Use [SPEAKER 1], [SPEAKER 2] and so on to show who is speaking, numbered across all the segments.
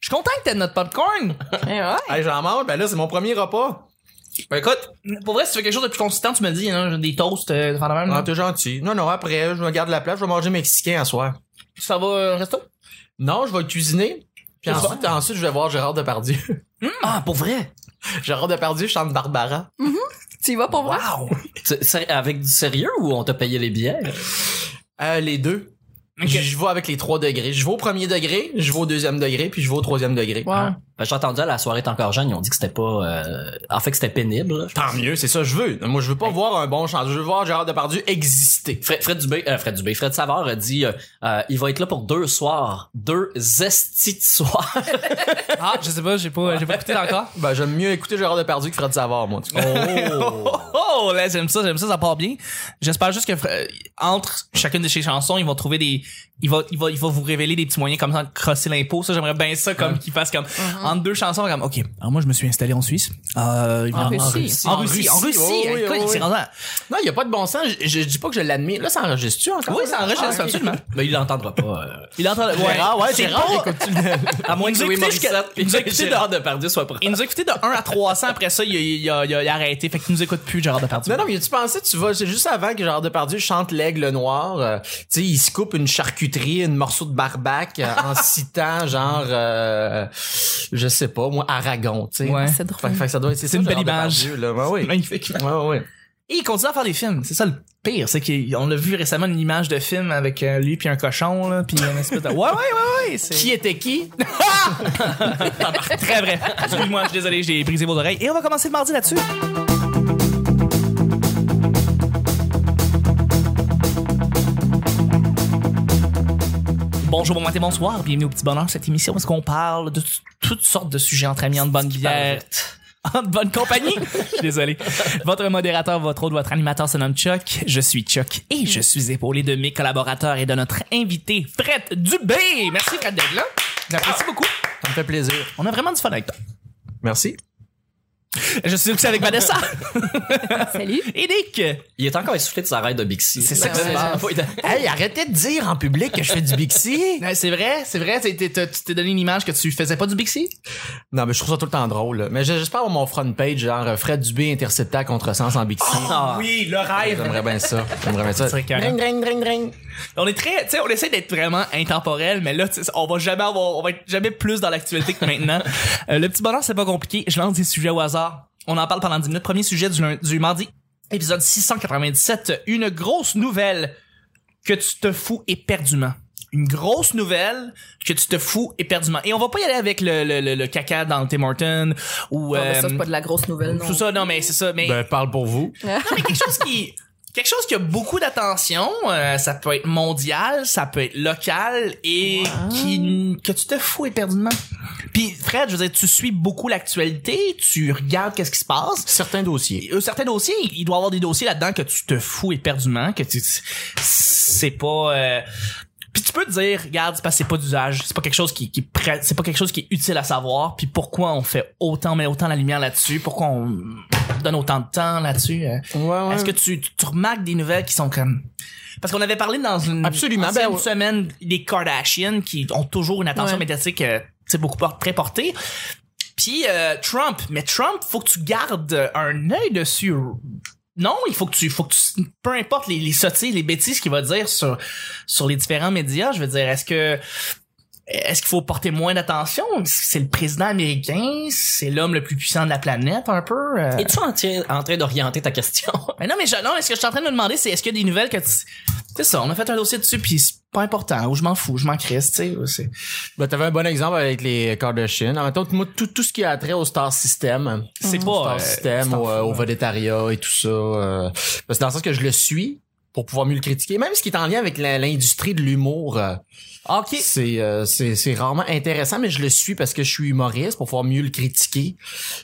[SPEAKER 1] Je suis content que t'aies de notre popcorn.
[SPEAKER 2] Eh ouais.
[SPEAKER 3] Hey, j'en mange, ben là, c'est mon premier repas.
[SPEAKER 1] Ben écoute, pour vrai, si tu veux quelque chose de plus consistant, tu me dis, hein, des toasts, euh, de faire de même,
[SPEAKER 3] Ah,
[SPEAKER 1] là.
[SPEAKER 3] t'es gentil. Non, non, après, je me garde la place, je vais manger mexicain à soir.
[SPEAKER 1] Tu s'en vas euh, au resto?
[SPEAKER 3] Non, je vais cuisiner. Puis
[SPEAKER 1] C'est
[SPEAKER 3] ensuite, ensuite, je vais voir Gérard Depardieu.
[SPEAKER 1] Ah, pour vrai?
[SPEAKER 3] Gérard Depardieu chante Barbara.
[SPEAKER 2] Tu y vas pour vrai?
[SPEAKER 3] Wow!
[SPEAKER 4] Tu- c'est- Avec du sérieux ou on t'a payé les billets?
[SPEAKER 3] Euh, les deux.
[SPEAKER 1] Ok.
[SPEAKER 3] Je- Je vais avec les trois degrés. Je vais au premier degré, je vais au deuxième degré, puis je vais au troisième degré. Hein?
[SPEAKER 2] Wow.
[SPEAKER 4] Ah. Ben, J'ai entendu à la soirée T'es encore jeune, ils ont dit que c'était pas... euh, En fait, que c'était pénible. là.
[SPEAKER 3] Tant mieux, c'est ça que je veux. Moi, je veux pas voir un bon chanteur. Je veux voir Gérard Depardieu exister.
[SPEAKER 4] Fred, Fred Dubé, euh, Fred Dubé, Fred Savard a dit, euh, euh, il va être là pour deux soirs, deux estis de soirs.
[SPEAKER 1] Ah, je sais pas, j'ai pas, j'ai pas écouté encore.
[SPEAKER 3] Ben, j'aime mieux écouter Gérard Depardieu que Fred Savard, moi. tu vois.
[SPEAKER 1] Oh, oh, là, j'aime ça, j'aime ça, ça part bien. J'espère juste que euh, entre chacune de ses chansons, ils vont trouver des, il va, il va, il va vous révéler des petits moyens comme ça de crosser l'impôt. Ça, j'aimerais bien ça, comme qu'ils fassent comme
[SPEAKER 2] Mm-hmm.
[SPEAKER 1] entre deux chansons, comme ok. Alors moi, je me suis installé en Suisse. Euh,
[SPEAKER 2] En Russie.
[SPEAKER 1] En Russie, en Russie.
[SPEAKER 3] Oh, oui,
[SPEAKER 1] Écoute,
[SPEAKER 3] oh,
[SPEAKER 1] il s'est
[SPEAKER 3] oui.
[SPEAKER 1] rendu à-
[SPEAKER 3] Non, il y a pas de bon sens. Je, je dis pas que je l'admire. Là, ça enregistre-tu encore?
[SPEAKER 1] Oui, ça enregistre
[SPEAKER 3] Ah, ok.
[SPEAKER 1] absolument.
[SPEAKER 4] Mais il l'entendra pas. euh.
[SPEAKER 1] Il est en train de. Ouais,
[SPEAKER 3] Gérard, ouais,
[SPEAKER 1] C'est
[SPEAKER 3] Gérard,
[SPEAKER 1] pas-
[SPEAKER 3] écoute-tu le-
[SPEAKER 4] À moins
[SPEAKER 1] Il
[SPEAKER 4] que
[SPEAKER 1] nous a
[SPEAKER 4] Louis
[SPEAKER 1] écouté jusqu'à-
[SPEAKER 4] Morissette
[SPEAKER 1] il nous a
[SPEAKER 4] puis
[SPEAKER 1] écouté
[SPEAKER 4] Gérard Depardieu soit propre.
[SPEAKER 1] Il nous a écouté de 1 à 300. Après ça, il a, il a, il a- il a arrêté. Fait qu'il nous écoute plus, Gérard Depardieu.
[SPEAKER 3] Non, non, mais tu pensais, tu vas, c'est juste avant que Gérard Depardieu chante l'aigle noir, euh, tu sais, il se coupe une charcuterie, une morceau de barbac, euh, en citant, genre, euh, je sais pas, moi, Aragon, tu sais.
[SPEAKER 1] Ouais.
[SPEAKER 2] C'est drôle.
[SPEAKER 3] Fait, fait que ça doit être, c'est
[SPEAKER 1] une
[SPEAKER 3] ça,
[SPEAKER 1] belle
[SPEAKER 3] Gérard
[SPEAKER 1] image.
[SPEAKER 3] Depardieu, là. Ouais, oui.
[SPEAKER 1] Magnifique.
[SPEAKER 3] Ouais, ouais, ouais.
[SPEAKER 1] Et il continue à faire des films. C'est ça le pire. C'est qu'on l'a vu récemment une image de film avec euh, lui puis un cochon, là, puis une espèce de. Ouais, ouais, ouais, ouais. c'est-
[SPEAKER 3] Qui était qui?
[SPEAKER 1] Très vrai. Excuse-moi, je suis désolé, j'ai brisé vos oreilles. Et on va commencer le mardi là-dessus. Bonjour, bon matin, bonsoir. Bienvenue au Petit Bonheur, cette émission où est-ce qu'on parle de t- toutes sortes de sujets entre amis, en bonne bière, en bonne compagnie. Je suis désolé. Votre modérateur, votre autre, votre animateur se nomme Chuck. Je suis Chuck et je suis épaulé de mes collaborateurs et de notre invité, Fred Dubé. Merci, Fred, d'être là. J'apprécie beaucoup.
[SPEAKER 3] Ça me fait plaisir.
[SPEAKER 1] On a vraiment du fun avec toi.
[SPEAKER 3] Merci.
[SPEAKER 1] Je suis aussi avec Vanessa.
[SPEAKER 2] Salut.
[SPEAKER 1] Eric.
[SPEAKER 4] Il est encore essoufflé de sa règle de Bixi. Ben,
[SPEAKER 1] C'est ça
[SPEAKER 2] qui se passe.
[SPEAKER 4] Faut-
[SPEAKER 3] Hey, arrêtez de dire en public que je fais du Bixi.
[SPEAKER 1] C'est vrai, c'est vrai. t'es- t'es- t'es- Tu t'es donné une image que tu faisais pas du Bixi?
[SPEAKER 3] Non, mais je trouve ça tout le temps drôle, là. Mais j'espère avoir mon front page, genre, Fred Dubé intercepté à contresens en Bixi.
[SPEAKER 4] Ah.
[SPEAKER 1] Oui, le rêve.
[SPEAKER 3] J'aimerais bien ça. J'aimerais bien ça.
[SPEAKER 1] C'est carré.
[SPEAKER 3] Ring, ring, ring, ring.
[SPEAKER 1] On est très, tu sais, on essaie d'être vraiment intemporel, mais là, tu sais, on va jamais avoir, on va être jamais plus dans l'actualité que maintenant. Euh, le petit bonheur, c'est pas compliqué. Je lance des sujets au hasard. On en parle pendant 10 minutes. Premier sujet du, lun- du mardi, épisode 697. Une grosse nouvelle que tu te fous éperdument. Une grosse nouvelle que tu te fous éperdument. Et on va pas y aller avec le, le, le, le caca dans le Tim Hortons ou...
[SPEAKER 2] Ah, ben ça, c'est
[SPEAKER 1] euh,
[SPEAKER 2] pas de la grosse nouvelle, non.
[SPEAKER 1] tout ça, non, mais c'est ça. Mais
[SPEAKER 3] Ben, parle pour vous.
[SPEAKER 1] mais quelque chose qui quelque chose qui a beaucoup d'attention, euh, ça peut être mondial, ça peut être local et qui que tu te fous éperdument. Puis Fred, je veux dire, tu suis beaucoup l'actualité, tu regardes qu'est-ce qui se passe.
[SPEAKER 3] Certains dossiers.
[SPEAKER 1] Et, euh, Certains dossiers, il doit y avoir des dossiers là-dedans que tu te fous éperdument, que tu c'est pas euh, puis tu peux te dire regarde c'est parce que c'est pas d'usage, c'est pas quelque chose qui qui est prêt- c'est pas quelque chose qui est utile à savoir, puis pourquoi on fait autant on met autant la lumière là-dessus, pourquoi on donne autant de temps là-dessus euh.
[SPEAKER 3] Ouais, ouais.
[SPEAKER 1] Est-ce que tu, tu remarques des nouvelles qui sont comme parce qu'on avait parlé dans une
[SPEAKER 3] Absolument,
[SPEAKER 1] ancienne
[SPEAKER 3] ben ouais.
[SPEAKER 1] semaine des Kardashian qui ont toujours une attention
[SPEAKER 2] Ouais.
[SPEAKER 1] médiatique euh, tu sais, beaucoup por- très portée. Puis euh, Trump, mais Trump, faut que tu gardes un œil dessus. Non, il faut que tu faut que tu peu importe les, les sottises, les bêtises qu'il va dire sur sur les différents médias, je veux dire est-ce que est-ce qu'il faut porter moins d'attention C'est le président américain, c'est l'homme le plus puissant de la planète un peu. euh.
[SPEAKER 4] Es-tu en, train- en train d'orienter ta question?
[SPEAKER 1] Mais non, mais je- non, mais ce que je suis en train de me demander, c'est est-ce qu'il y a des nouvelles que tu. C'est ça, on a fait un dossier dessus, puis c'est pas important, ou je m'en fous, je m'en crisse, tu sais. ou c'est-
[SPEAKER 3] Ben, t'avais un bon exemple avec les Kardashian. En même temps, moi, tout, tout ce qui a trait au star system.
[SPEAKER 1] C'est pas.
[SPEAKER 3] Au star
[SPEAKER 1] euh,
[SPEAKER 3] system,
[SPEAKER 1] c'est
[SPEAKER 3] au,
[SPEAKER 1] en
[SPEAKER 3] au
[SPEAKER 1] fou, hein.
[SPEAKER 3] végétariat et tout ça. euh, ben, c'est dans le sens que je le suis pour pouvoir mieux le critiquer. Même ce qui est en lien avec la- l'industrie de l'humour, euh,
[SPEAKER 1] Ok.
[SPEAKER 3] c'est, euh, c'est, c'est rarement intéressant, mais je le suis parce que je suis humoriste pour pouvoir mieux le critiquer.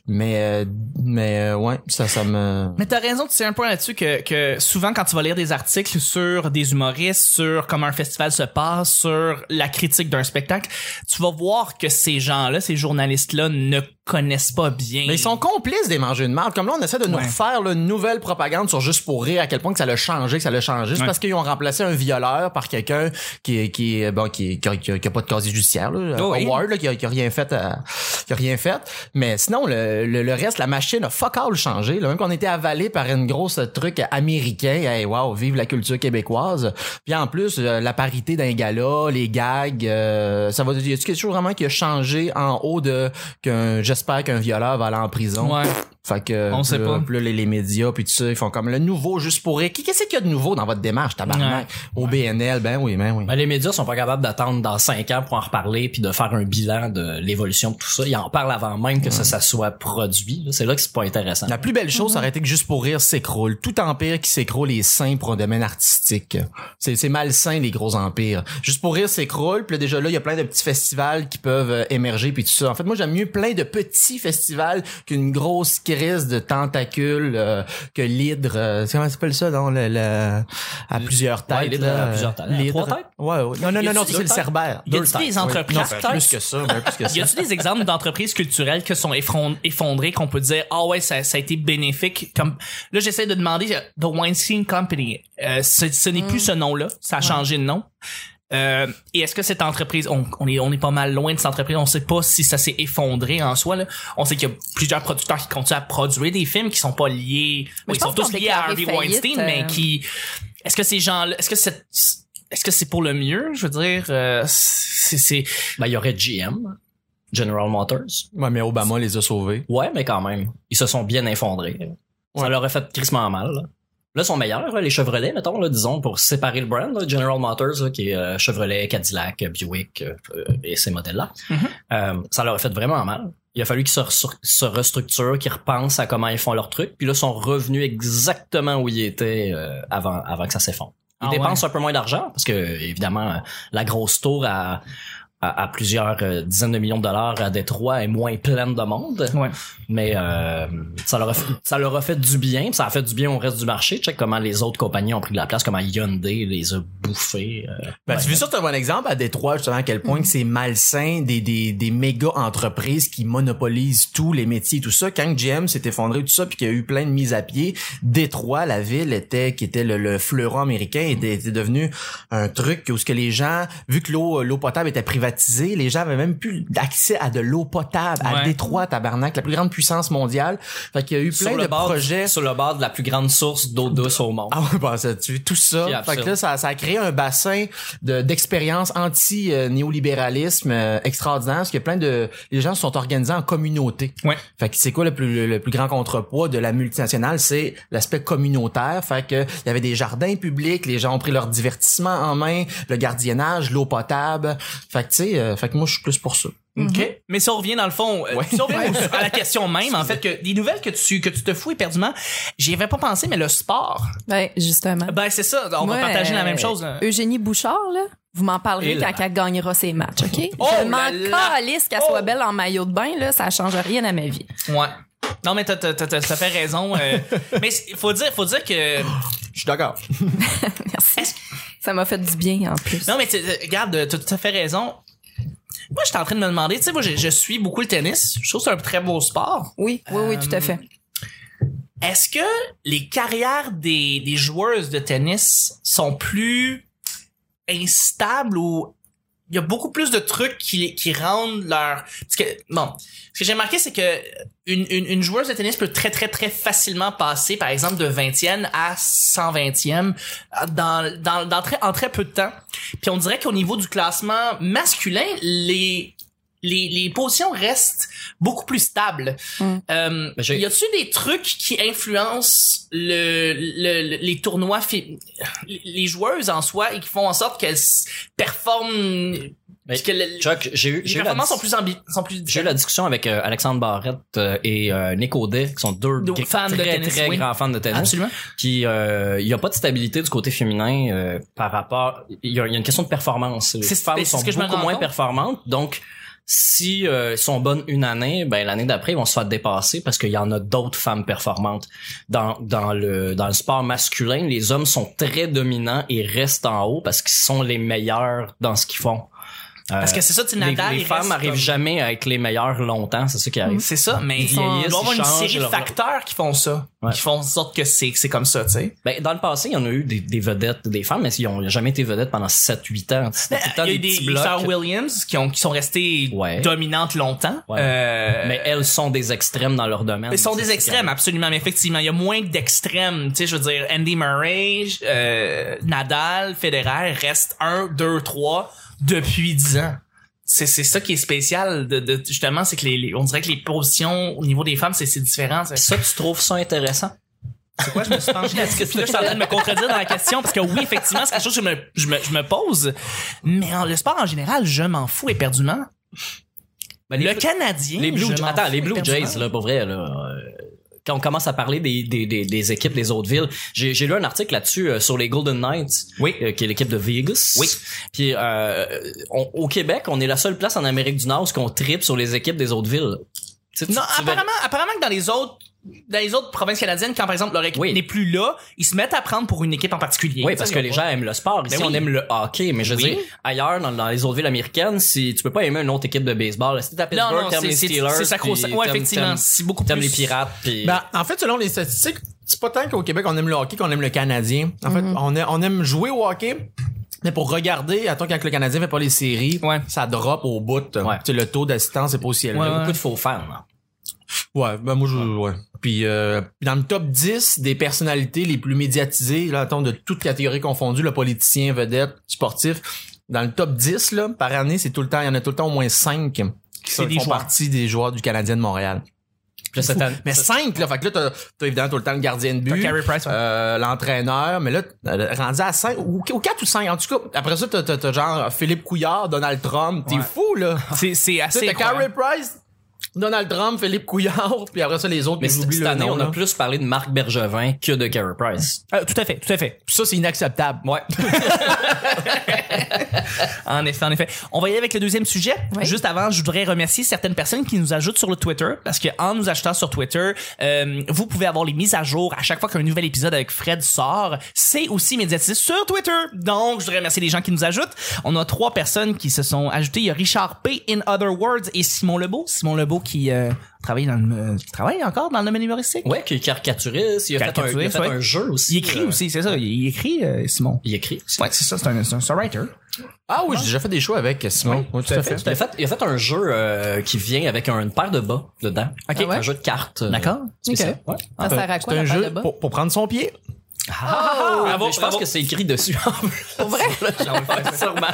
[SPEAKER 3] Mais, euh, mais euh, ouais, ça, ça me...
[SPEAKER 1] Mais t'as raison, tu sais un point là-dessus que, que souvent quand tu vas lire des articles sur des humoristes, sur comment un festival se passe, sur la critique d'un spectacle, tu vas voir que ces gens-là, ces journalistes-là ne connaissent pas bien.
[SPEAKER 3] Mais ils sont complices des mangeurs de marde. Comme là, on essaie de nous
[SPEAKER 1] Ouais.
[SPEAKER 3] refaire là, une nouvelle propagande sur juste pour rire à quel point que ça l'a changé, que ça l'a changé. C'est
[SPEAKER 1] Ouais.
[SPEAKER 3] parce qu'ils ont remplacé un violeur par quelqu'un qui est- qui est- bon qui est- qui a, qui a- qui a pas de casier judiciaire, là,
[SPEAKER 1] Oh oui.
[SPEAKER 3] Howard, là, qui, a, qui a rien fait, à- qui a rien fait. Mais sinon, le, le- le reste, la machine a fuck all changé. Là. Même qu'on était avalé par une grosse truc américain. Hey, wow, vive la culture québécoise. Puis en plus, euh, la parité d'un gala, les gags, euh, ça va. Y a quelque chose vraiment qui a changé en haut de qu'un j'espère qu'un violeur va aller en prison.
[SPEAKER 1] Ouais.
[SPEAKER 3] Fait que
[SPEAKER 1] On
[SPEAKER 3] puis
[SPEAKER 1] sait
[SPEAKER 3] là-
[SPEAKER 1] pas.
[SPEAKER 3] puis là, les, les médias puis tout ça, ils font comme le nouveau juste pour rire. Qu'est-ce qu'il y a de nouveau dans votre démarche, tabarnak? Au BNL, ben oui, ben oui.
[SPEAKER 4] Ben, les médias sont pas capables d'attendre dans cinq ans pour en reparler puis de faire un bilan de l'évolution de tout ça. Ils en parlent avant même que ça, ça soit produit. là. C'est là que c'est pas intéressant.
[SPEAKER 3] La plus belle
[SPEAKER 4] Mhm.
[SPEAKER 3] chose, ça aurait été que juste pour rire s'écroule. Tout empire qui s'écroule est sain pour un domaine artistique. C'est, c'est malsain, les gros empires. Juste pour rire s'écroule, puis là, déjà là, il y a plein de petits festivals qui peuvent euh, émerger, puis tout ça. En fait, moi, j'aime mieux plein de petits festivals qu'une grosse crise de tentacules euh, que l'hydre... euh, comment ça s'appelle ça, non? Le, le- à plusieurs têtes.
[SPEAKER 4] Ouais, l'hydre
[SPEAKER 3] là,
[SPEAKER 4] à plusieurs têtes. À
[SPEAKER 3] l'hydre.
[SPEAKER 4] trois têtes?
[SPEAKER 3] Ouais, ouais. Non, non,
[SPEAKER 1] Y
[SPEAKER 3] non,
[SPEAKER 1] a-tu
[SPEAKER 3] non,
[SPEAKER 1] des
[SPEAKER 3] ça, c'est le
[SPEAKER 1] têtes?
[SPEAKER 3] cerbère.
[SPEAKER 1] Y a-t-il
[SPEAKER 4] Deux têtes,
[SPEAKER 1] des
[SPEAKER 4] oui.
[SPEAKER 1] entreprises
[SPEAKER 3] Non,
[SPEAKER 1] peut-être?
[SPEAKER 3] plus que ça, ben, plus que ça.
[SPEAKER 1] Y a-tu des exemples d'entreprises culturelles qui sont effron- effondrées qu'on peut dire ah ouais ça, ça a été bénéfique comme là j'essaie de demander euh, The Weinstein Company Euh, ce, ce n'est
[SPEAKER 2] Mm.
[SPEAKER 1] plus ce nom là ça a changé de nom Euh, et est-ce que cette entreprise on, on est on est pas mal loin de cette entreprise on sait pas si ça s'est effondré en soi là on sait qu'il y a plusieurs producteurs qui continuent à produire des films qui sont pas liés oui,
[SPEAKER 2] Mais je
[SPEAKER 1] ils sont
[SPEAKER 2] pense qu'ils
[SPEAKER 1] tous
[SPEAKER 2] ont
[SPEAKER 1] liés à Harvey
[SPEAKER 2] déclaré faillite,
[SPEAKER 1] Weinstein mais
[SPEAKER 2] euh.
[SPEAKER 1] qui est-ce que ces gens là est-ce que c'est est-ce que c'est pour le mieux je veux dire euh, c'est c'est
[SPEAKER 4] Ben, il y aurait GM, General Motors.
[SPEAKER 3] Ouais, mais Obama les a sauvés.
[SPEAKER 4] Ouais, mais quand même, ils se sont bien effondrés. Ça
[SPEAKER 3] Ouais.
[SPEAKER 4] leur a fait crissement mal. Là, Là, ils sont meilleurs, là, les Chevrolet, mettons, là, disons, pour séparer le brand. là, General Motors, là, qui est euh, Chevrolet, Cadillac, euh, Buick euh, euh, et ces modèles-là.
[SPEAKER 1] Mhm.
[SPEAKER 4] Euh, ça leur a fait vraiment mal. Il a fallu qu'ils se, re- se restructurent, qu'ils repensent à comment ils font leur truc. Puis là, ils sont revenus exactement où ils étaient euh, avant, avant que ça s'effondre. Ils
[SPEAKER 1] Ah ouais.
[SPEAKER 4] dépensent un peu moins d'argent parce que, évidemment, euh, la grosse tour à, à, à plusieurs euh, dizaines de millions de dollars à Détroit est moins pleine de monde.
[SPEAKER 1] Ouais.
[SPEAKER 4] Mais euh, ça, leur a fait, ça leur a fait du bien, puis ça a fait du bien au reste du marché. Check comment les autres compagnies ont pris de la place, comment Hyundai les a bouffés. euh.
[SPEAKER 3] Ben,
[SPEAKER 4] Ouais. Mm.
[SPEAKER 3] tu veux ça, c'est un bon exemple à Détroit, justement, à quel point que c'est malsain des, des, des méga entreprises qui monopolisent tous les métiers, tout ça. Quand GM s'est effondré, tout ça, puis qu'il y a eu plein de mises à pied, Détroit, la ville était, qui était le, le fleuron américain,
[SPEAKER 4] Mm.
[SPEAKER 3] était, était devenu un truc où ce que les gens, vu que l'eau, l'eau potable était privatisée, les gens avaient même plus d'accès à de l'eau potable à
[SPEAKER 1] Ouais.
[SPEAKER 3] Détroit, tabarnak, la plus grande puissance mondiale. Fait qu'il y a eu plein
[SPEAKER 4] sur
[SPEAKER 3] de
[SPEAKER 4] le bord,
[SPEAKER 3] projets.
[SPEAKER 4] Sur le bord de la plus grande source d'eau douce au monde.
[SPEAKER 3] Ah ouais, bah, ça, tu tout ça.
[SPEAKER 4] C'est absurde.
[SPEAKER 3] Fait que là, ça, ça a créé un bassin de- d'expérience anti-néolibéralisme euh, extraordinaire, parce qu'il y a plein de... Les gens se sont organisés en communauté.
[SPEAKER 1] Ouais.
[SPEAKER 3] Fait que c'est quoi le plus, le, le plus grand contrepoids de la multinationale? C'est l'aspect communautaire. Fait que il y avait des jardins publics, les gens ont pris leur divertissement en main, le gardiennage, l'eau potable. Fait que tu sais, euh, fait que moi, je suis plus pour ça.
[SPEAKER 1] OK. Mais si on revient dans le fond, euh,
[SPEAKER 3] Ouais.
[SPEAKER 1] si on revient au- à la question même, en fait, que des nouvelles que tu, que tu te fous éperdument, j'y avais pas pensé, mais le sport.
[SPEAKER 2] Ben, justement.
[SPEAKER 1] Ben, c'est ça. On
[SPEAKER 2] Moi,
[SPEAKER 1] va partager la
[SPEAKER 2] euh,
[SPEAKER 1] même chose. hein. là.
[SPEAKER 2] Eugénie Bouchard, là, vous m'en
[SPEAKER 4] Et
[SPEAKER 2] parlerez
[SPEAKER 4] là.
[SPEAKER 2] quand elle gagnera ses matchs, OK?
[SPEAKER 1] Oh
[SPEAKER 2] Je
[SPEAKER 1] là là!
[SPEAKER 2] m'en calisse qu'elle
[SPEAKER 1] Oh!
[SPEAKER 2] soit belle en maillot de bain, là, ça change rien à ma vie.
[SPEAKER 1] Ouais. Non, mais t'as, t'as, t'as, t'as- t'as fait raison. euh, mais il faut dire, faut dire que.
[SPEAKER 3] Je suis d'accord.
[SPEAKER 2] Merci. Ça m'a fait du bien, en plus.
[SPEAKER 1] Non, mais tu- euh, regarde, euh, t'as tout à fait raison. Moi, j'étais en train de me demander, tu sais, moi, je, je suis beaucoup le tennis. Je trouve que c'est un très beau sport.
[SPEAKER 2] Oui, oui, oui, tout à fait.
[SPEAKER 1] Est-ce que les carrières des, des joueuses de tennis sont plus instables ou il y a beaucoup plus de trucs qui, qui rendent leur... Parce que, bon, ce que j'ai remarqué, c'est que une, une, une joueuse de tennis peut très, très, très facilement passer, par exemple, de 20e à 120e dans, dans, dans très, en très peu de temps. Puis on dirait qu'au niveau du classement masculin, les, les, les positions restent beaucoup plus stables.
[SPEAKER 2] Mm.
[SPEAKER 1] Euh,
[SPEAKER 4] Mais j'ai-
[SPEAKER 1] y a-tu des trucs qui influencent le, le- le- les tournois, fi- les joueuses en soi et qui font en sorte qu'elles s- performent,
[SPEAKER 4] Mais-
[SPEAKER 1] que le-
[SPEAKER 4] Chuck, j'ai eu,
[SPEAKER 1] les
[SPEAKER 4] j'ai eu la,
[SPEAKER 1] performances sont plus ambi- sont plus
[SPEAKER 4] j'ai eu la discussion avec euh, Alexandre Barrette euh, et euh, Nick Audet, qui sont deux
[SPEAKER 1] Deux
[SPEAKER 4] gr-
[SPEAKER 1] fans de
[SPEAKER 4] très,
[SPEAKER 1] tennis,
[SPEAKER 4] très
[SPEAKER 1] oui.
[SPEAKER 4] grands fans de tennis.
[SPEAKER 1] Absolument.
[SPEAKER 4] Puis euh, il y a pas de stabilité du côté féminin euh, par rapport. Il y, a il y a une question de performance. Les
[SPEAKER 1] C'est-
[SPEAKER 4] femmes
[SPEAKER 1] c'est ce
[SPEAKER 4] sont
[SPEAKER 1] que je me
[SPEAKER 4] beaucoup
[SPEAKER 1] rends
[SPEAKER 4] moins
[SPEAKER 1] compte.
[SPEAKER 4] performantes, donc si euh, elles sont bonnes une année, ben l'année d'après ils vont se faire dépasser parce qu'il y en a d'autres femmes performantes. Dans dans le dans le sport masculin, les hommes sont très dominants et restent en haut parce qu'ils sont les meilleurs dans ce qu'ils font.
[SPEAKER 1] Parce que c'est ça, tu sais,
[SPEAKER 4] les,
[SPEAKER 1] Nadal,
[SPEAKER 4] les
[SPEAKER 1] il
[SPEAKER 4] femmes
[SPEAKER 1] reste
[SPEAKER 4] n'arrivent
[SPEAKER 1] comme-
[SPEAKER 4] jamais à être les meilleures longtemps, c'est ça qui arrive.
[SPEAKER 1] C'est ça, mais il
[SPEAKER 4] Ils
[SPEAKER 1] doit y
[SPEAKER 4] vieillissent,
[SPEAKER 1] avoir
[SPEAKER 4] ils
[SPEAKER 1] une
[SPEAKER 4] changent
[SPEAKER 1] série de
[SPEAKER 4] leur-
[SPEAKER 1] facteurs qui font ça.
[SPEAKER 4] Ouais.
[SPEAKER 1] Qui font en sorte que c'est que c'est comme ça, tu sais.
[SPEAKER 4] Ben, dans le passé, il y en a eu des, des vedettes, des femmes, mais ils ont jamais été vedettes pendant 7-8 ans. C'était tout le temps
[SPEAKER 1] Ben, Il y a eu
[SPEAKER 4] des
[SPEAKER 1] des
[SPEAKER 4] petits
[SPEAKER 1] les
[SPEAKER 4] blocs.
[SPEAKER 1] sœurs Williams qui, ont, qui sont restées
[SPEAKER 4] Ouais.
[SPEAKER 1] dominantes longtemps.
[SPEAKER 4] Ouais.
[SPEAKER 1] Euh,
[SPEAKER 4] Mais elles sont des extrêmes dans leur domaine.
[SPEAKER 1] Ils sont
[SPEAKER 4] C'est
[SPEAKER 1] des
[SPEAKER 4] Ah, ça qui
[SPEAKER 1] extrêmes,
[SPEAKER 4] arrive.
[SPEAKER 1] absolument. Mais effectivement, il y a moins d'extrêmes. Tu sais, je veux dire, Andy Murray, euh, Nadal, Federer restent 1, 2, 3 depuis 10 ans. C'est, c'est ça qui est spécial de, de- justement, c'est que les, les- on dirait que les positions au niveau des femmes, c'est, c'est différent. C'est,
[SPEAKER 4] Ça, tu trouves ça intéressant?
[SPEAKER 1] c'est quoi, je me suis penché là-dessus. Puis là, je suis en train de me contredire dans la question parce que oui, effectivement, c'est quelque chose que je me, je me, je me pose. Mais en, le sport en général, je m'en fous éperdument.
[SPEAKER 4] Ben, les
[SPEAKER 1] Le
[SPEAKER 4] Blue-
[SPEAKER 1] Canadien.
[SPEAKER 4] les Blue,
[SPEAKER 1] je m'en
[SPEAKER 4] attends,
[SPEAKER 1] fous
[SPEAKER 4] les Blue
[SPEAKER 1] éperdument.
[SPEAKER 4] Jays, là, pour vrai, là, euh, quand on commence à parler des, des, des, des équipes des autres villes, j'ai, j'ai lu un article là-dessus euh, sur les Golden Knights,
[SPEAKER 1] Oui.
[SPEAKER 4] euh, qui est l'équipe de Vegas.
[SPEAKER 1] Oui.
[SPEAKER 4] Puis euh, on- au Québec, on est la seule place en Amérique du Nord où qu'on tripe sur les équipes des autres villes. Tu sais, tu-
[SPEAKER 1] Non,
[SPEAKER 4] tu vas-
[SPEAKER 1] apparemment, apparemment que dans les autres dans les autres provinces canadiennes, quand par exemple leur équipe
[SPEAKER 4] Oui.
[SPEAKER 1] n'est plus là, ils se mettent à prendre pour une équipe en particulier.
[SPEAKER 4] Oui, parce que les gens aiment le sport. Ici,
[SPEAKER 1] Ben oui.
[SPEAKER 4] on aime le hockey. Mais je veux
[SPEAKER 1] Oui.
[SPEAKER 4] dire, ailleurs, dans, dans les autres villes américaines, si tu peux pas aimer une autre équipe de baseball, si t'es à Pittsburgh,
[SPEAKER 1] Non, non,
[SPEAKER 4] t'aimes
[SPEAKER 1] c'est
[SPEAKER 4] les
[SPEAKER 1] c'est-
[SPEAKER 4] Steelers.
[SPEAKER 1] c'est sacro-saint.
[SPEAKER 4] puis
[SPEAKER 1] Ouais,
[SPEAKER 4] t'aimes-
[SPEAKER 1] effectivement,
[SPEAKER 4] t'aimes-
[SPEAKER 1] c'est beaucoup
[SPEAKER 4] T'aimes
[SPEAKER 1] plus-
[SPEAKER 4] les pirates. puis-
[SPEAKER 3] Ben, en fait, selon les statistiques, c'est pas tant qu'au Québec, on aime le hockey qu'on aime le Canadien. En fait,
[SPEAKER 1] Mm-hmm.
[SPEAKER 3] on, a- on aime jouer au hockey. Mais pour regarder, attends, quand le Canadien fait pas les séries,
[SPEAKER 1] Ouais.
[SPEAKER 3] ça drop au bout. Tu sais, le taux d'assistance est pas aussi élevé.
[SPEAKER 4] il y a
[SPEAKER 1] euh,
[SPEAKER 4] beaucoup de faux fans. là.
[SPEAKER 3] Ouais, ben moi je ouais. Puis euh, dans le top 10 des personnalités les plus médiatisées, là, attends, de toutes catégories confondues, le politicien, vedette, sportif, dans le top 10 là, par année, c'est tout le temps, il y en a tout le temps au moins 5 qui sont,
[SPEAKER 1] des
[SPEAKER 3] font
[SPEAKER 1] joueurs.
[SPEAKER 3] partie des joueurs du Canadien de Montréal.
[SPEAKER 4] Puis là, cette année-
[SPEAKER 3] Mais 5 là, fait que là t'as, t'as évidemment tout le temps le gardien de
[SPEAKER 1] T'as
[SPEAKER 3] but,
[SPEAKER 1] Carey Price, ouais.
[SPEAKER 3] euh, l'entraîneur, mais là euh, rendu à 5 ou, 4 ou 5 en tout cas. Après ça t'as, t'as- t'as genre Philippe Couillard, Donald Trump, t'es
[SPEAKER 1] Ouais.
[SPEAKER 3] fou là.
[SPEAKER 1] C'est- C'est
[SPEAKER 3] Tu sais,
[SPEAKER 1] assez.
[SPEAKER 3] t'as Carey
[SPEAKER 1] incroyable.
[SPEAKER 3] Price, Donald Trump, Philippe Couillard, puis après ça, les autres,
[SPEAKER 4] Mais
[SPEAKER 3] mais j'oublie
[SPEAKER 4] cette
[SPEAKER 3] le
[SPEAKER 4] année,
[SPEAKER 3] nom,
[SPEAKER 4] on a
[SPEAKER 3] là.
[SPEAKER 4] plus parlé de Marc Bergevin que de Carey Price.
[SPEAKER 1] Euh, tout à fait, tout à fait.
[SPEAKER 3] Ça, c'est inacceptable.
[SPEAKER 4] Ouais.
[SPEAKER 1] En effet, en effet. On va y aller avec le deuxième sujet.
[SPEAKER 2] Oui.
[SPEAKER 1] Juste avant, je voudrais remercier certaines personnes qui nous ajoutent sur le Twitter, parce que en nous achetant sur Twitter, euh, vous pouvez avoir les mises à jour à chaque fois qu'un nouvel épisode avec Fred sort. C'est aussi médiatisé sur Twitter. Donc, je voudrais remercier les gens qui nous ajoutent. On a trois personnes qui se sont ajoutées. Il y a Richard P. In Other Words et Simon Lebeau. Simon Lebeau qui euh, travaille dans le, euh, qui travaille encore dans le domaine humoristique.
[SPEAKER 4] Ouais, qui est caricaturiste. Il a fait un, il a
[SPEAKER 1] Caricaturiste,
[SPEAKER 4] fait
[SPEAKER 1] ouais.
[SPEAKER 4] un jeu aussi.
[SPEAKER 1] Il écrit
[SPEAKER 4] euh,
[SPEAKER 1] aussi, c'est ça. Il il écrit, euh, Simon.
[SPEAKER 4] Il Oh, écrit. aussi.
[SPEAKER 1] Ouais, c'est ça. C'est un, c'est un- c'est un writer.
[SPEAKER 3] Ah oui, j'ai déjà fait des shows avec Simon. Oui, tout, à fait.
[SPEAKER 4] Il a fait, il a fait un jeu euh, qui vient avec un, une paire de bas dedans.
[SPEAKER 1] Ok. Ah
[SPEAKER 4] Un jeu de cartes. euh,
[SPEAKER 1] D'accord.
[SPEAKER 4] spécial. Ouais.
[SPEAKER 2] Ça sert à quoi,
[SPEAKER 3] C'est un
[SPEAKER 2] la paire de
[SPEAKER 3] jeu
[SPEAKER 2] bas?
[SPEAKER 3] pour, pour prendre son pied.
[SPEAKER 4] Ah,
[SPEAKER 1] bravo,
[SPEAKER 4] mais je pense
[SPEAKER 1] bravo.
[SPEAKER 4] que c'est écrit dessus.
[SPEAKER 2] Pour vrai?
[SPEAKER 4] Sûrement.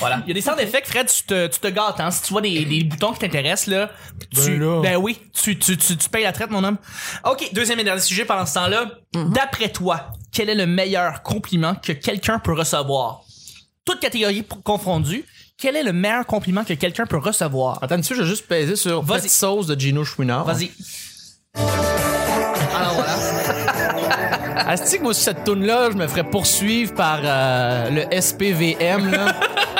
[SPEAKER 1] Voilà. Il y a des sound effects, Fred, tu te, tu te gâtes, hein. Si tu vois des, des boutons qui t'intéressent, là, tu,
[SPEAKER 3] Ben là.
[SPEAKER 1] oui, tu, tu, tu, tu payes la traite, mon homme. OK, deuxième et dernier sujet pendant ce temps-là.
[SPEAKER 3] Mhm.
[SPEAKER 1] D'après toi, quel est le meilleur compliment que quelqu'un peut recevoir? Toutes catégories p- confondues, quel est le meilleur compliment que quelqu'un peut recevoir?
[SPEAKER 3] Attends, tu je vais juste peser sur
[SPEAKER 1] Vas-y.
[SPEAKER 3] Petite Sauce de Gino Chouinard.
[SPEAKER 1] Vas-y. Alors voilà.
[SPEAKER 3] Asti que moi, sur cette toune-là, je me ferais poursuivre par euh, le SPVM, là.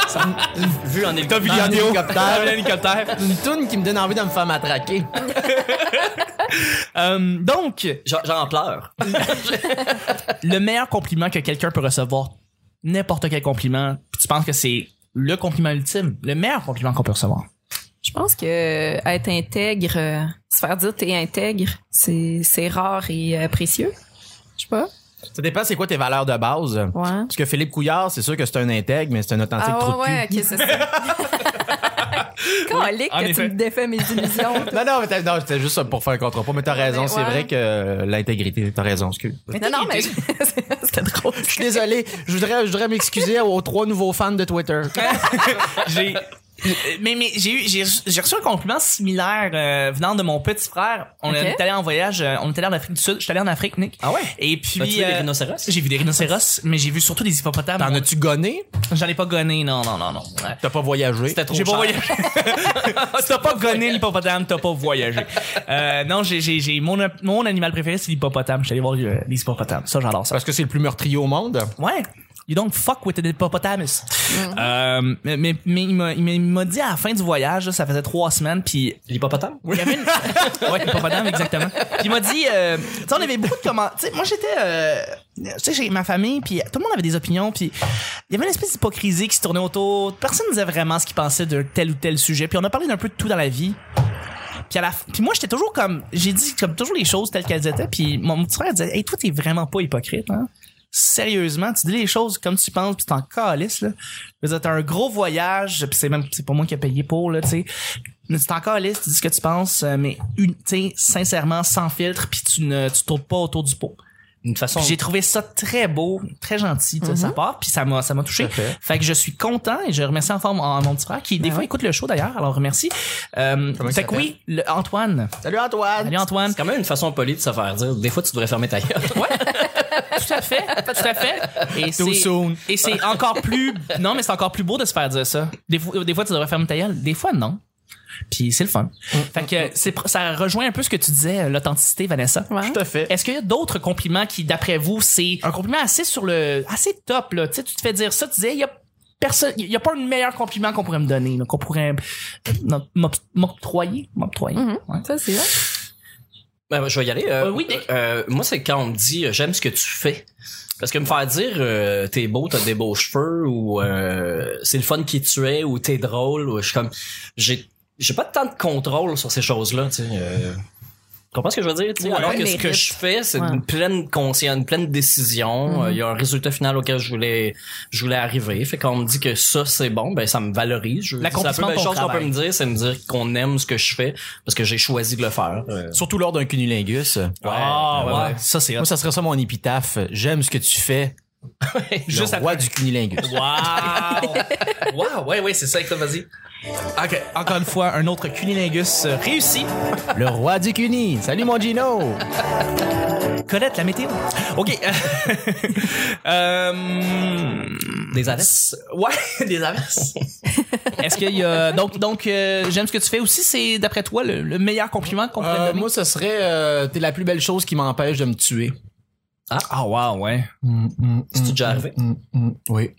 [SPEAKER 3] Ça me-
[SPEAKER 4] Vu en
[SPEAKER 3] T'as vu la vidéo?
[SPEAKER 1] Un hélicoptère.
[SPEAKER 3] une toune qui me donne envie de me faire matraquer.
[SPEAKER 1] Euh, donc,
[SPEAKER 4] J'en j'en pleure.
[SPEAKER 1] le meilleur compliment que quelqu'un peut recevoir, n'importe quel compliment, puis tu penses que c'est le compliment ultime, le meilleur compliment qu'on peut recevoir.
[SPEAKER 2] Je pense que euh, être intègre, euh, se faire dire t'es intègre, c'est c'est rare et euh, précieux. Je sais pas.
[SPEAKER 3] Ça dépend c'est quoi tes valeurs de base.
[SPEAKER 2] Ouais.
[SPEAKER 3] Parce que Philippe Couillard, c'est sûr que c'est un intègre, mais c'est un authentique
[SPEAKER 2] Ah
[SPEAKER 3] trou de
[SPEAKER 2] ouais,
[SPEAKER 3] cul.
[SPEAKER 2] ouais, ok, c'est ça. Calique
[SPEAKER 1] en
[SPEAKER 2] que
[SPEAKER 1] effet.
[SPEAKER 2] tu me défais mes illusions.
[SPEAKER 3] Non, non, mais t'as- non, c'était juste pour faire un contrepoint. Mais t'as raison,
[SPEAKER 2] Mais
[SPEAKER 3] c'est
[SPEAKER 2] ouais.
[SPEAKER 3] vrai que euh, l'intégrité, t'as raison, excuse.
[SPEAKER 2] non, non, mais c'était drôle.
[SPEAKER 3] Je suis désolé, je voudrais, je voudrais m'excuser aux trois nouveaux fans de Twitter.
[SPEAKER 1] j'ai mais mais j'ai eu j'ai reçu- j'ai reçu un compliment similaire euh, venant de mon petit frère. On
[SPEAKER 2] Ok.
[SPEAKER 1] est allé en voyage, euh, on est allé en Afrique du Sud, je suis allé en Afrique Nick.
[SPEAKER 4] Ah ouais?
[SPEAKER 1] Et
[SPEAKER 4] T'as
[SPEAKER 1] puis
[SPEAKER 4] tué des
[SPEAKER 1] euh,
[SPEAKER 4] rhinocéros?
[SPEAKER 1] j'ai vu des rhinocéros, mais j'ai vu surtout des hippopotames.
[SPEAKER 3] T'en as-tu gonné?
[SPEAKER 1] J'en ai pas gonné, non non non non. Ouais.
[SPEAKER 3] T'as pas voyagé?
[SPEAKER 4] C'était trop
[SPEAKER 1] J'ai pas
[SPEAKER 4] cher.
[SPEAKER 1] voyagé. Si t'as pas gonné l'hippopotame, t'as pas voyagé. Euh, non, j'ai, j'ai, j'ai, mon, mon animal préféré, c'est l'hippopotame. Je suis allé voir euh, les hippopotames. Ça, j'adore ça.
[SPEAKER 3] Parce que c'est le plus meurtrier au monde.
[SPEAKER 1] Ouais. You don't fuck with an hippopotamus. Euh, mais mais, mais il m'a- il m'a- il m'a dit à la fin du voyage, là, ça faisait trois semaines, puis
[SPEAKER 4] L'hippopotame?
[SPEAKER 1] il y avait une... ouais, hippopotame, exactement. Puis il m'a dit, euh, tu sais, on avait beaucoup de commentaires. Tu sais, moi, j'étais, euh, tu sais, chez ma famille, puis tout le monde avait des opinions, puis il y avait une espèce d'hypocrisie qui se tournait autour. Personne ne disait vraiment ce qu'il pensait de tel ou tel sujet. Puis on a parlé d'un peu de tout dans la vie. Puis, à la f- puis moi, j'étais toujours comme, j'ai dit comme toujours les choses telles qu'elles étaient. Puis mon mon petit frère disait, hey, toi, t'es vraiment pas hypocrite, hein? Sérieusement, tu dis les choses comme tu penses, puis t'en calisses, là. Je veux dire, T'as un gros voyage, puis c'est même, c'est pas moi qui ai payé pour, là, tu sais. Mais c'est encore liste, tu dis ce que tu penses, euh, mais une, tu sais, sincèrement, sans filtre, puis tu ne, tu tournes pas autour du pot.
[SPEAKER 4] Une façon.
[SPEAKER 1] Puis J'ai trouvé ça très beau, très gentil de
[SPEAKER 3] Mhm.
[SPEAKER 1] sa part, puis ça m'a, ça m'a touché.
[SPEAKER 3] Tout à fait.
[SPEAKER 1] que je suis content et je remercie en forme en- mon petit frère qui des fois écoute le show d'ailleurs, alors remercie. Euh,
[SPEAKER 3] Ben Comment il
[SPEAKER 1] fait que
[SPEAKER 3] s'appelle?
[SPEAKER 1] oui, le- Antoine.
[SPEAKER 3] Salut Antoine.
[SPEAKER 1] Salut Antoine.
[SPEAKER 4] C'est quand même une façon polie de se faire dire. Des fois, tu devrais fermer ta gueule.
[SPEAKER 1] Tout à fait, tout à fait. Et
[SPEAKER 3] Too
[SPEAKER 1] c'est,
[SPEAKER 3] soon.
[SPEAKER 1] et c'est encore plus, non mais c'est encore plus beau de se faire dire ça. Des fois, des fois tu devrais fermer ta gueule, des fois non. Puis c'est le fun. Fait que c'est, pr- ça rejoint un peu ce que tu disais, euh, l'authenticité Vanessa.
[SPEAKER 2] Ouais.
[SPEAKER 3] Tout à fait.
[SPEAKER 1] Est-ce qu'il y a d'autres compliments qui, d'après vous, c'est un compliment assez sur le, assez top là. Tu sais, tu te fais dire ça, tu disais, il y a personne, il y a pas un meilleur compliment qu'on pourrait me donner, là, qu'on pourrait non, m'ob- m'octroyer, m'octroyer.
[SPEAKER 2] Mhm.
[SPEAKER 1] Ouais.
[SPEAKER 2] Ça, c'est vrai.
[SPEAKER 4] Ben, ben, je vais y aller. euh,
[SPEAKER 1] Euh, oui, Nick.
[SPEAKER 4] euh, moi, c'est quand on me dit euh, j'aime ce que tu fais. Parce que me faire dire euh, t'es beau, t'as des beaux cheveux, ou euh, c'est le fun qui tu es, ou t'es drôle, ou je suis comme. J'ai j'ai pas tant de contrôle sur ces choses-là, tu sais. euh, tu comprends ce que je veux dire? tu sais?
[SPEAKER 2] Ouais.
[SPEAKER 4] Alors que ce que
[SPEAKER 2] Mérite.
[SPEAKER 4] je fais, c'est
[SPEAKER 2] Ouais.
[SPEAKER 4] une pleine conscience, une pleine décision.
[SPEAKER 1] Mm-hmm.
[SPEAKER 2] Mhm.
[SPEAKER 4] Euh, Il y a un résultat final auquel je voulais, je voulais arriver. Fait qu'on me dit que ça, c'est bon, ben ça me valorise. Je, la
[SPEAKER 1] L'accomplissement de ton
[SPEAKER 4] chose qu'on peut
[SPEAKER 1] travail.
[SPEAKER 4] me dire, c'est me dire qu'on aime ce que je fais parce que j'ai choisi de le faire. Euh,
[SPEAKER 3] Surtout lors d'un cunilingus.
[SPEAKER 1] Ah,
[SPEAKER 4] ouais,
[SPEAKER 1] ouais.
[SPEAKER 4] ouais.
[SPEAKER 1] Ça, c'est hot.
[SPEAKER 3] Moi, ça serait ça mon épitaphe. J'aime ce que tu fais.
[SPEAKER 1] Juste
[SPEAKER 3] Juste le roi du cunilingus.
[SPEAKER 1] Wow! wow, ouais, ouais, c'est ça, toi, vas-y. OK, encore une fois, un autre cunilingus euh, réussi.
[SPEAKER 3] le roi du cuni. Salut mon Gino.
[SPEAKER 1] Colette, la météo. OK. euh...
[SPEAKER 4] Des averses.
[SPEAKER 1] Ouais, des averses. Est-ce qu'il y a... Donc, donc euh, j'aime ce que tu fais aussi. C'est, d'après toi, le, le meilleur compliment qu'on pourrait te
[SPEAKER 3] Euh,
[SPEAKER 1] donner?
[SPEAKER 3] moi, ce serait euh, t'es la plus belle chose qui m'empêche de me tuer.
[SPEAKER 4] Ah,
[SPEAKER 1] wow, ouais.
[SPEAKER 3] Mm,
[SPEAKER 4] C'est déjà arrivé.
[SPEAKER 3] Oui,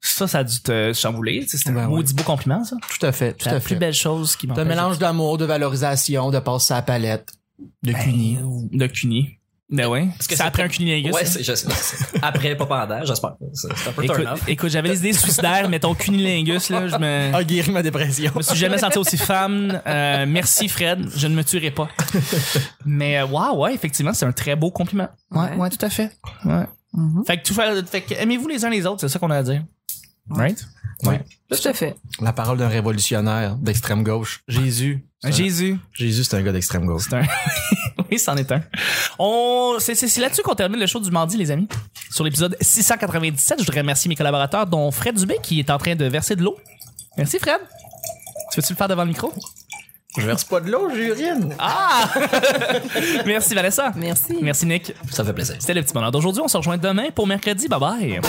[SPEAKER 1] Ça, ça a dû te chambouler. C'est un
[SPEAKER 3] Ben ouais.
[SPEAKER 1] maudit beau compliment, ça.
[SPEAKER 3] tout à fait, tout
[SPEAKER 1] la
[SPEAKER 3] à
[SPEAKER 1] plus
[SPEAKER 3] fait.
[SPEAKER 1] belle chose qui
[SPEAKER 3] C'est un
[SPEAKER 1] m'empêche
[SPEAKER 3] mélange d'amour, de valorisation, de passer à la palette, de
[SPEAKER 1] Ben,
[SPEAKER 3] cuni.
[SPEAKER 1] de cuni. Ben ouais. Est-ce
[SPEAKER 4] que
[SPEAKER 1] oh. que ça
[SPEAKER 4] c'est-
[SPEAKER 1] après un cunilingus?
[SPEAKER 4] Ouais,
[SPEAKER 1] ça?
[SPEAKER 4] c'est, je sais. c'est- Après, pas pendant, j'espère. C'est, c'est un peu
[SPEAKER 1] hein? Écoute,
[SPEAKER 4] turn off.
[SPEAKER 1] écoute, j'avais des idées suicidaires, mais ton cunilingus, là, je me...
[SPEAKER 3] A guéri ma dépression.
[SPEAKER 1] Je me suis jamais senti aussi femme. Euh, merci Fred, je ne me tuerai pas. Mais euh, waouh, ouais, effectivement, c'est un très beau compliment. Ouais,
[SPEAKER 2] Ouais.
[SPEAKER 1] ouais, tout à fait. Ouais.
[SPEAKER 2] Mhm.
[SPEAKER 1] Fait que tout faire, fait que aimez-vous les uns les autres, c'est ça qu'on a à dire. Right?
[SPEAKER 2] Tout à fait.
[SPEAKER 3] La parole d'un révolutionnaire d'extrême gauche. Jésus. C'est un-
[SPEAKER 1] Jésus.
[SPEAKER 3] Jésus, c'est un gars d'extrême gauche.
[SPEAKER 1] C'est un. oui, c'en est un. On... C'est, c'est- c'est là-dessus qu'on termine le show du mardi, les amis. Sur l'épisode 697, je voudrais remercier mes collaborateurs, dont Fred Dubé, qui est en train de verser de l'eau. Merci Fred. Tu veux-tu le faire devant le micro?
[SPEAKER 3] Je verse pas de l'eau, j'urine.
[SPEAKER 1] Ah! Merci Vanessa.
[SPEAKER 2] Merci.
[SPEAKER 1] Merci Nick.
[SPEAKER 4] Ça fait plaisir.
[SPEAKER 1] C'était le petit bonheur d'aujourd'hui. On se rejoint demain pour mercredi. Bye bye.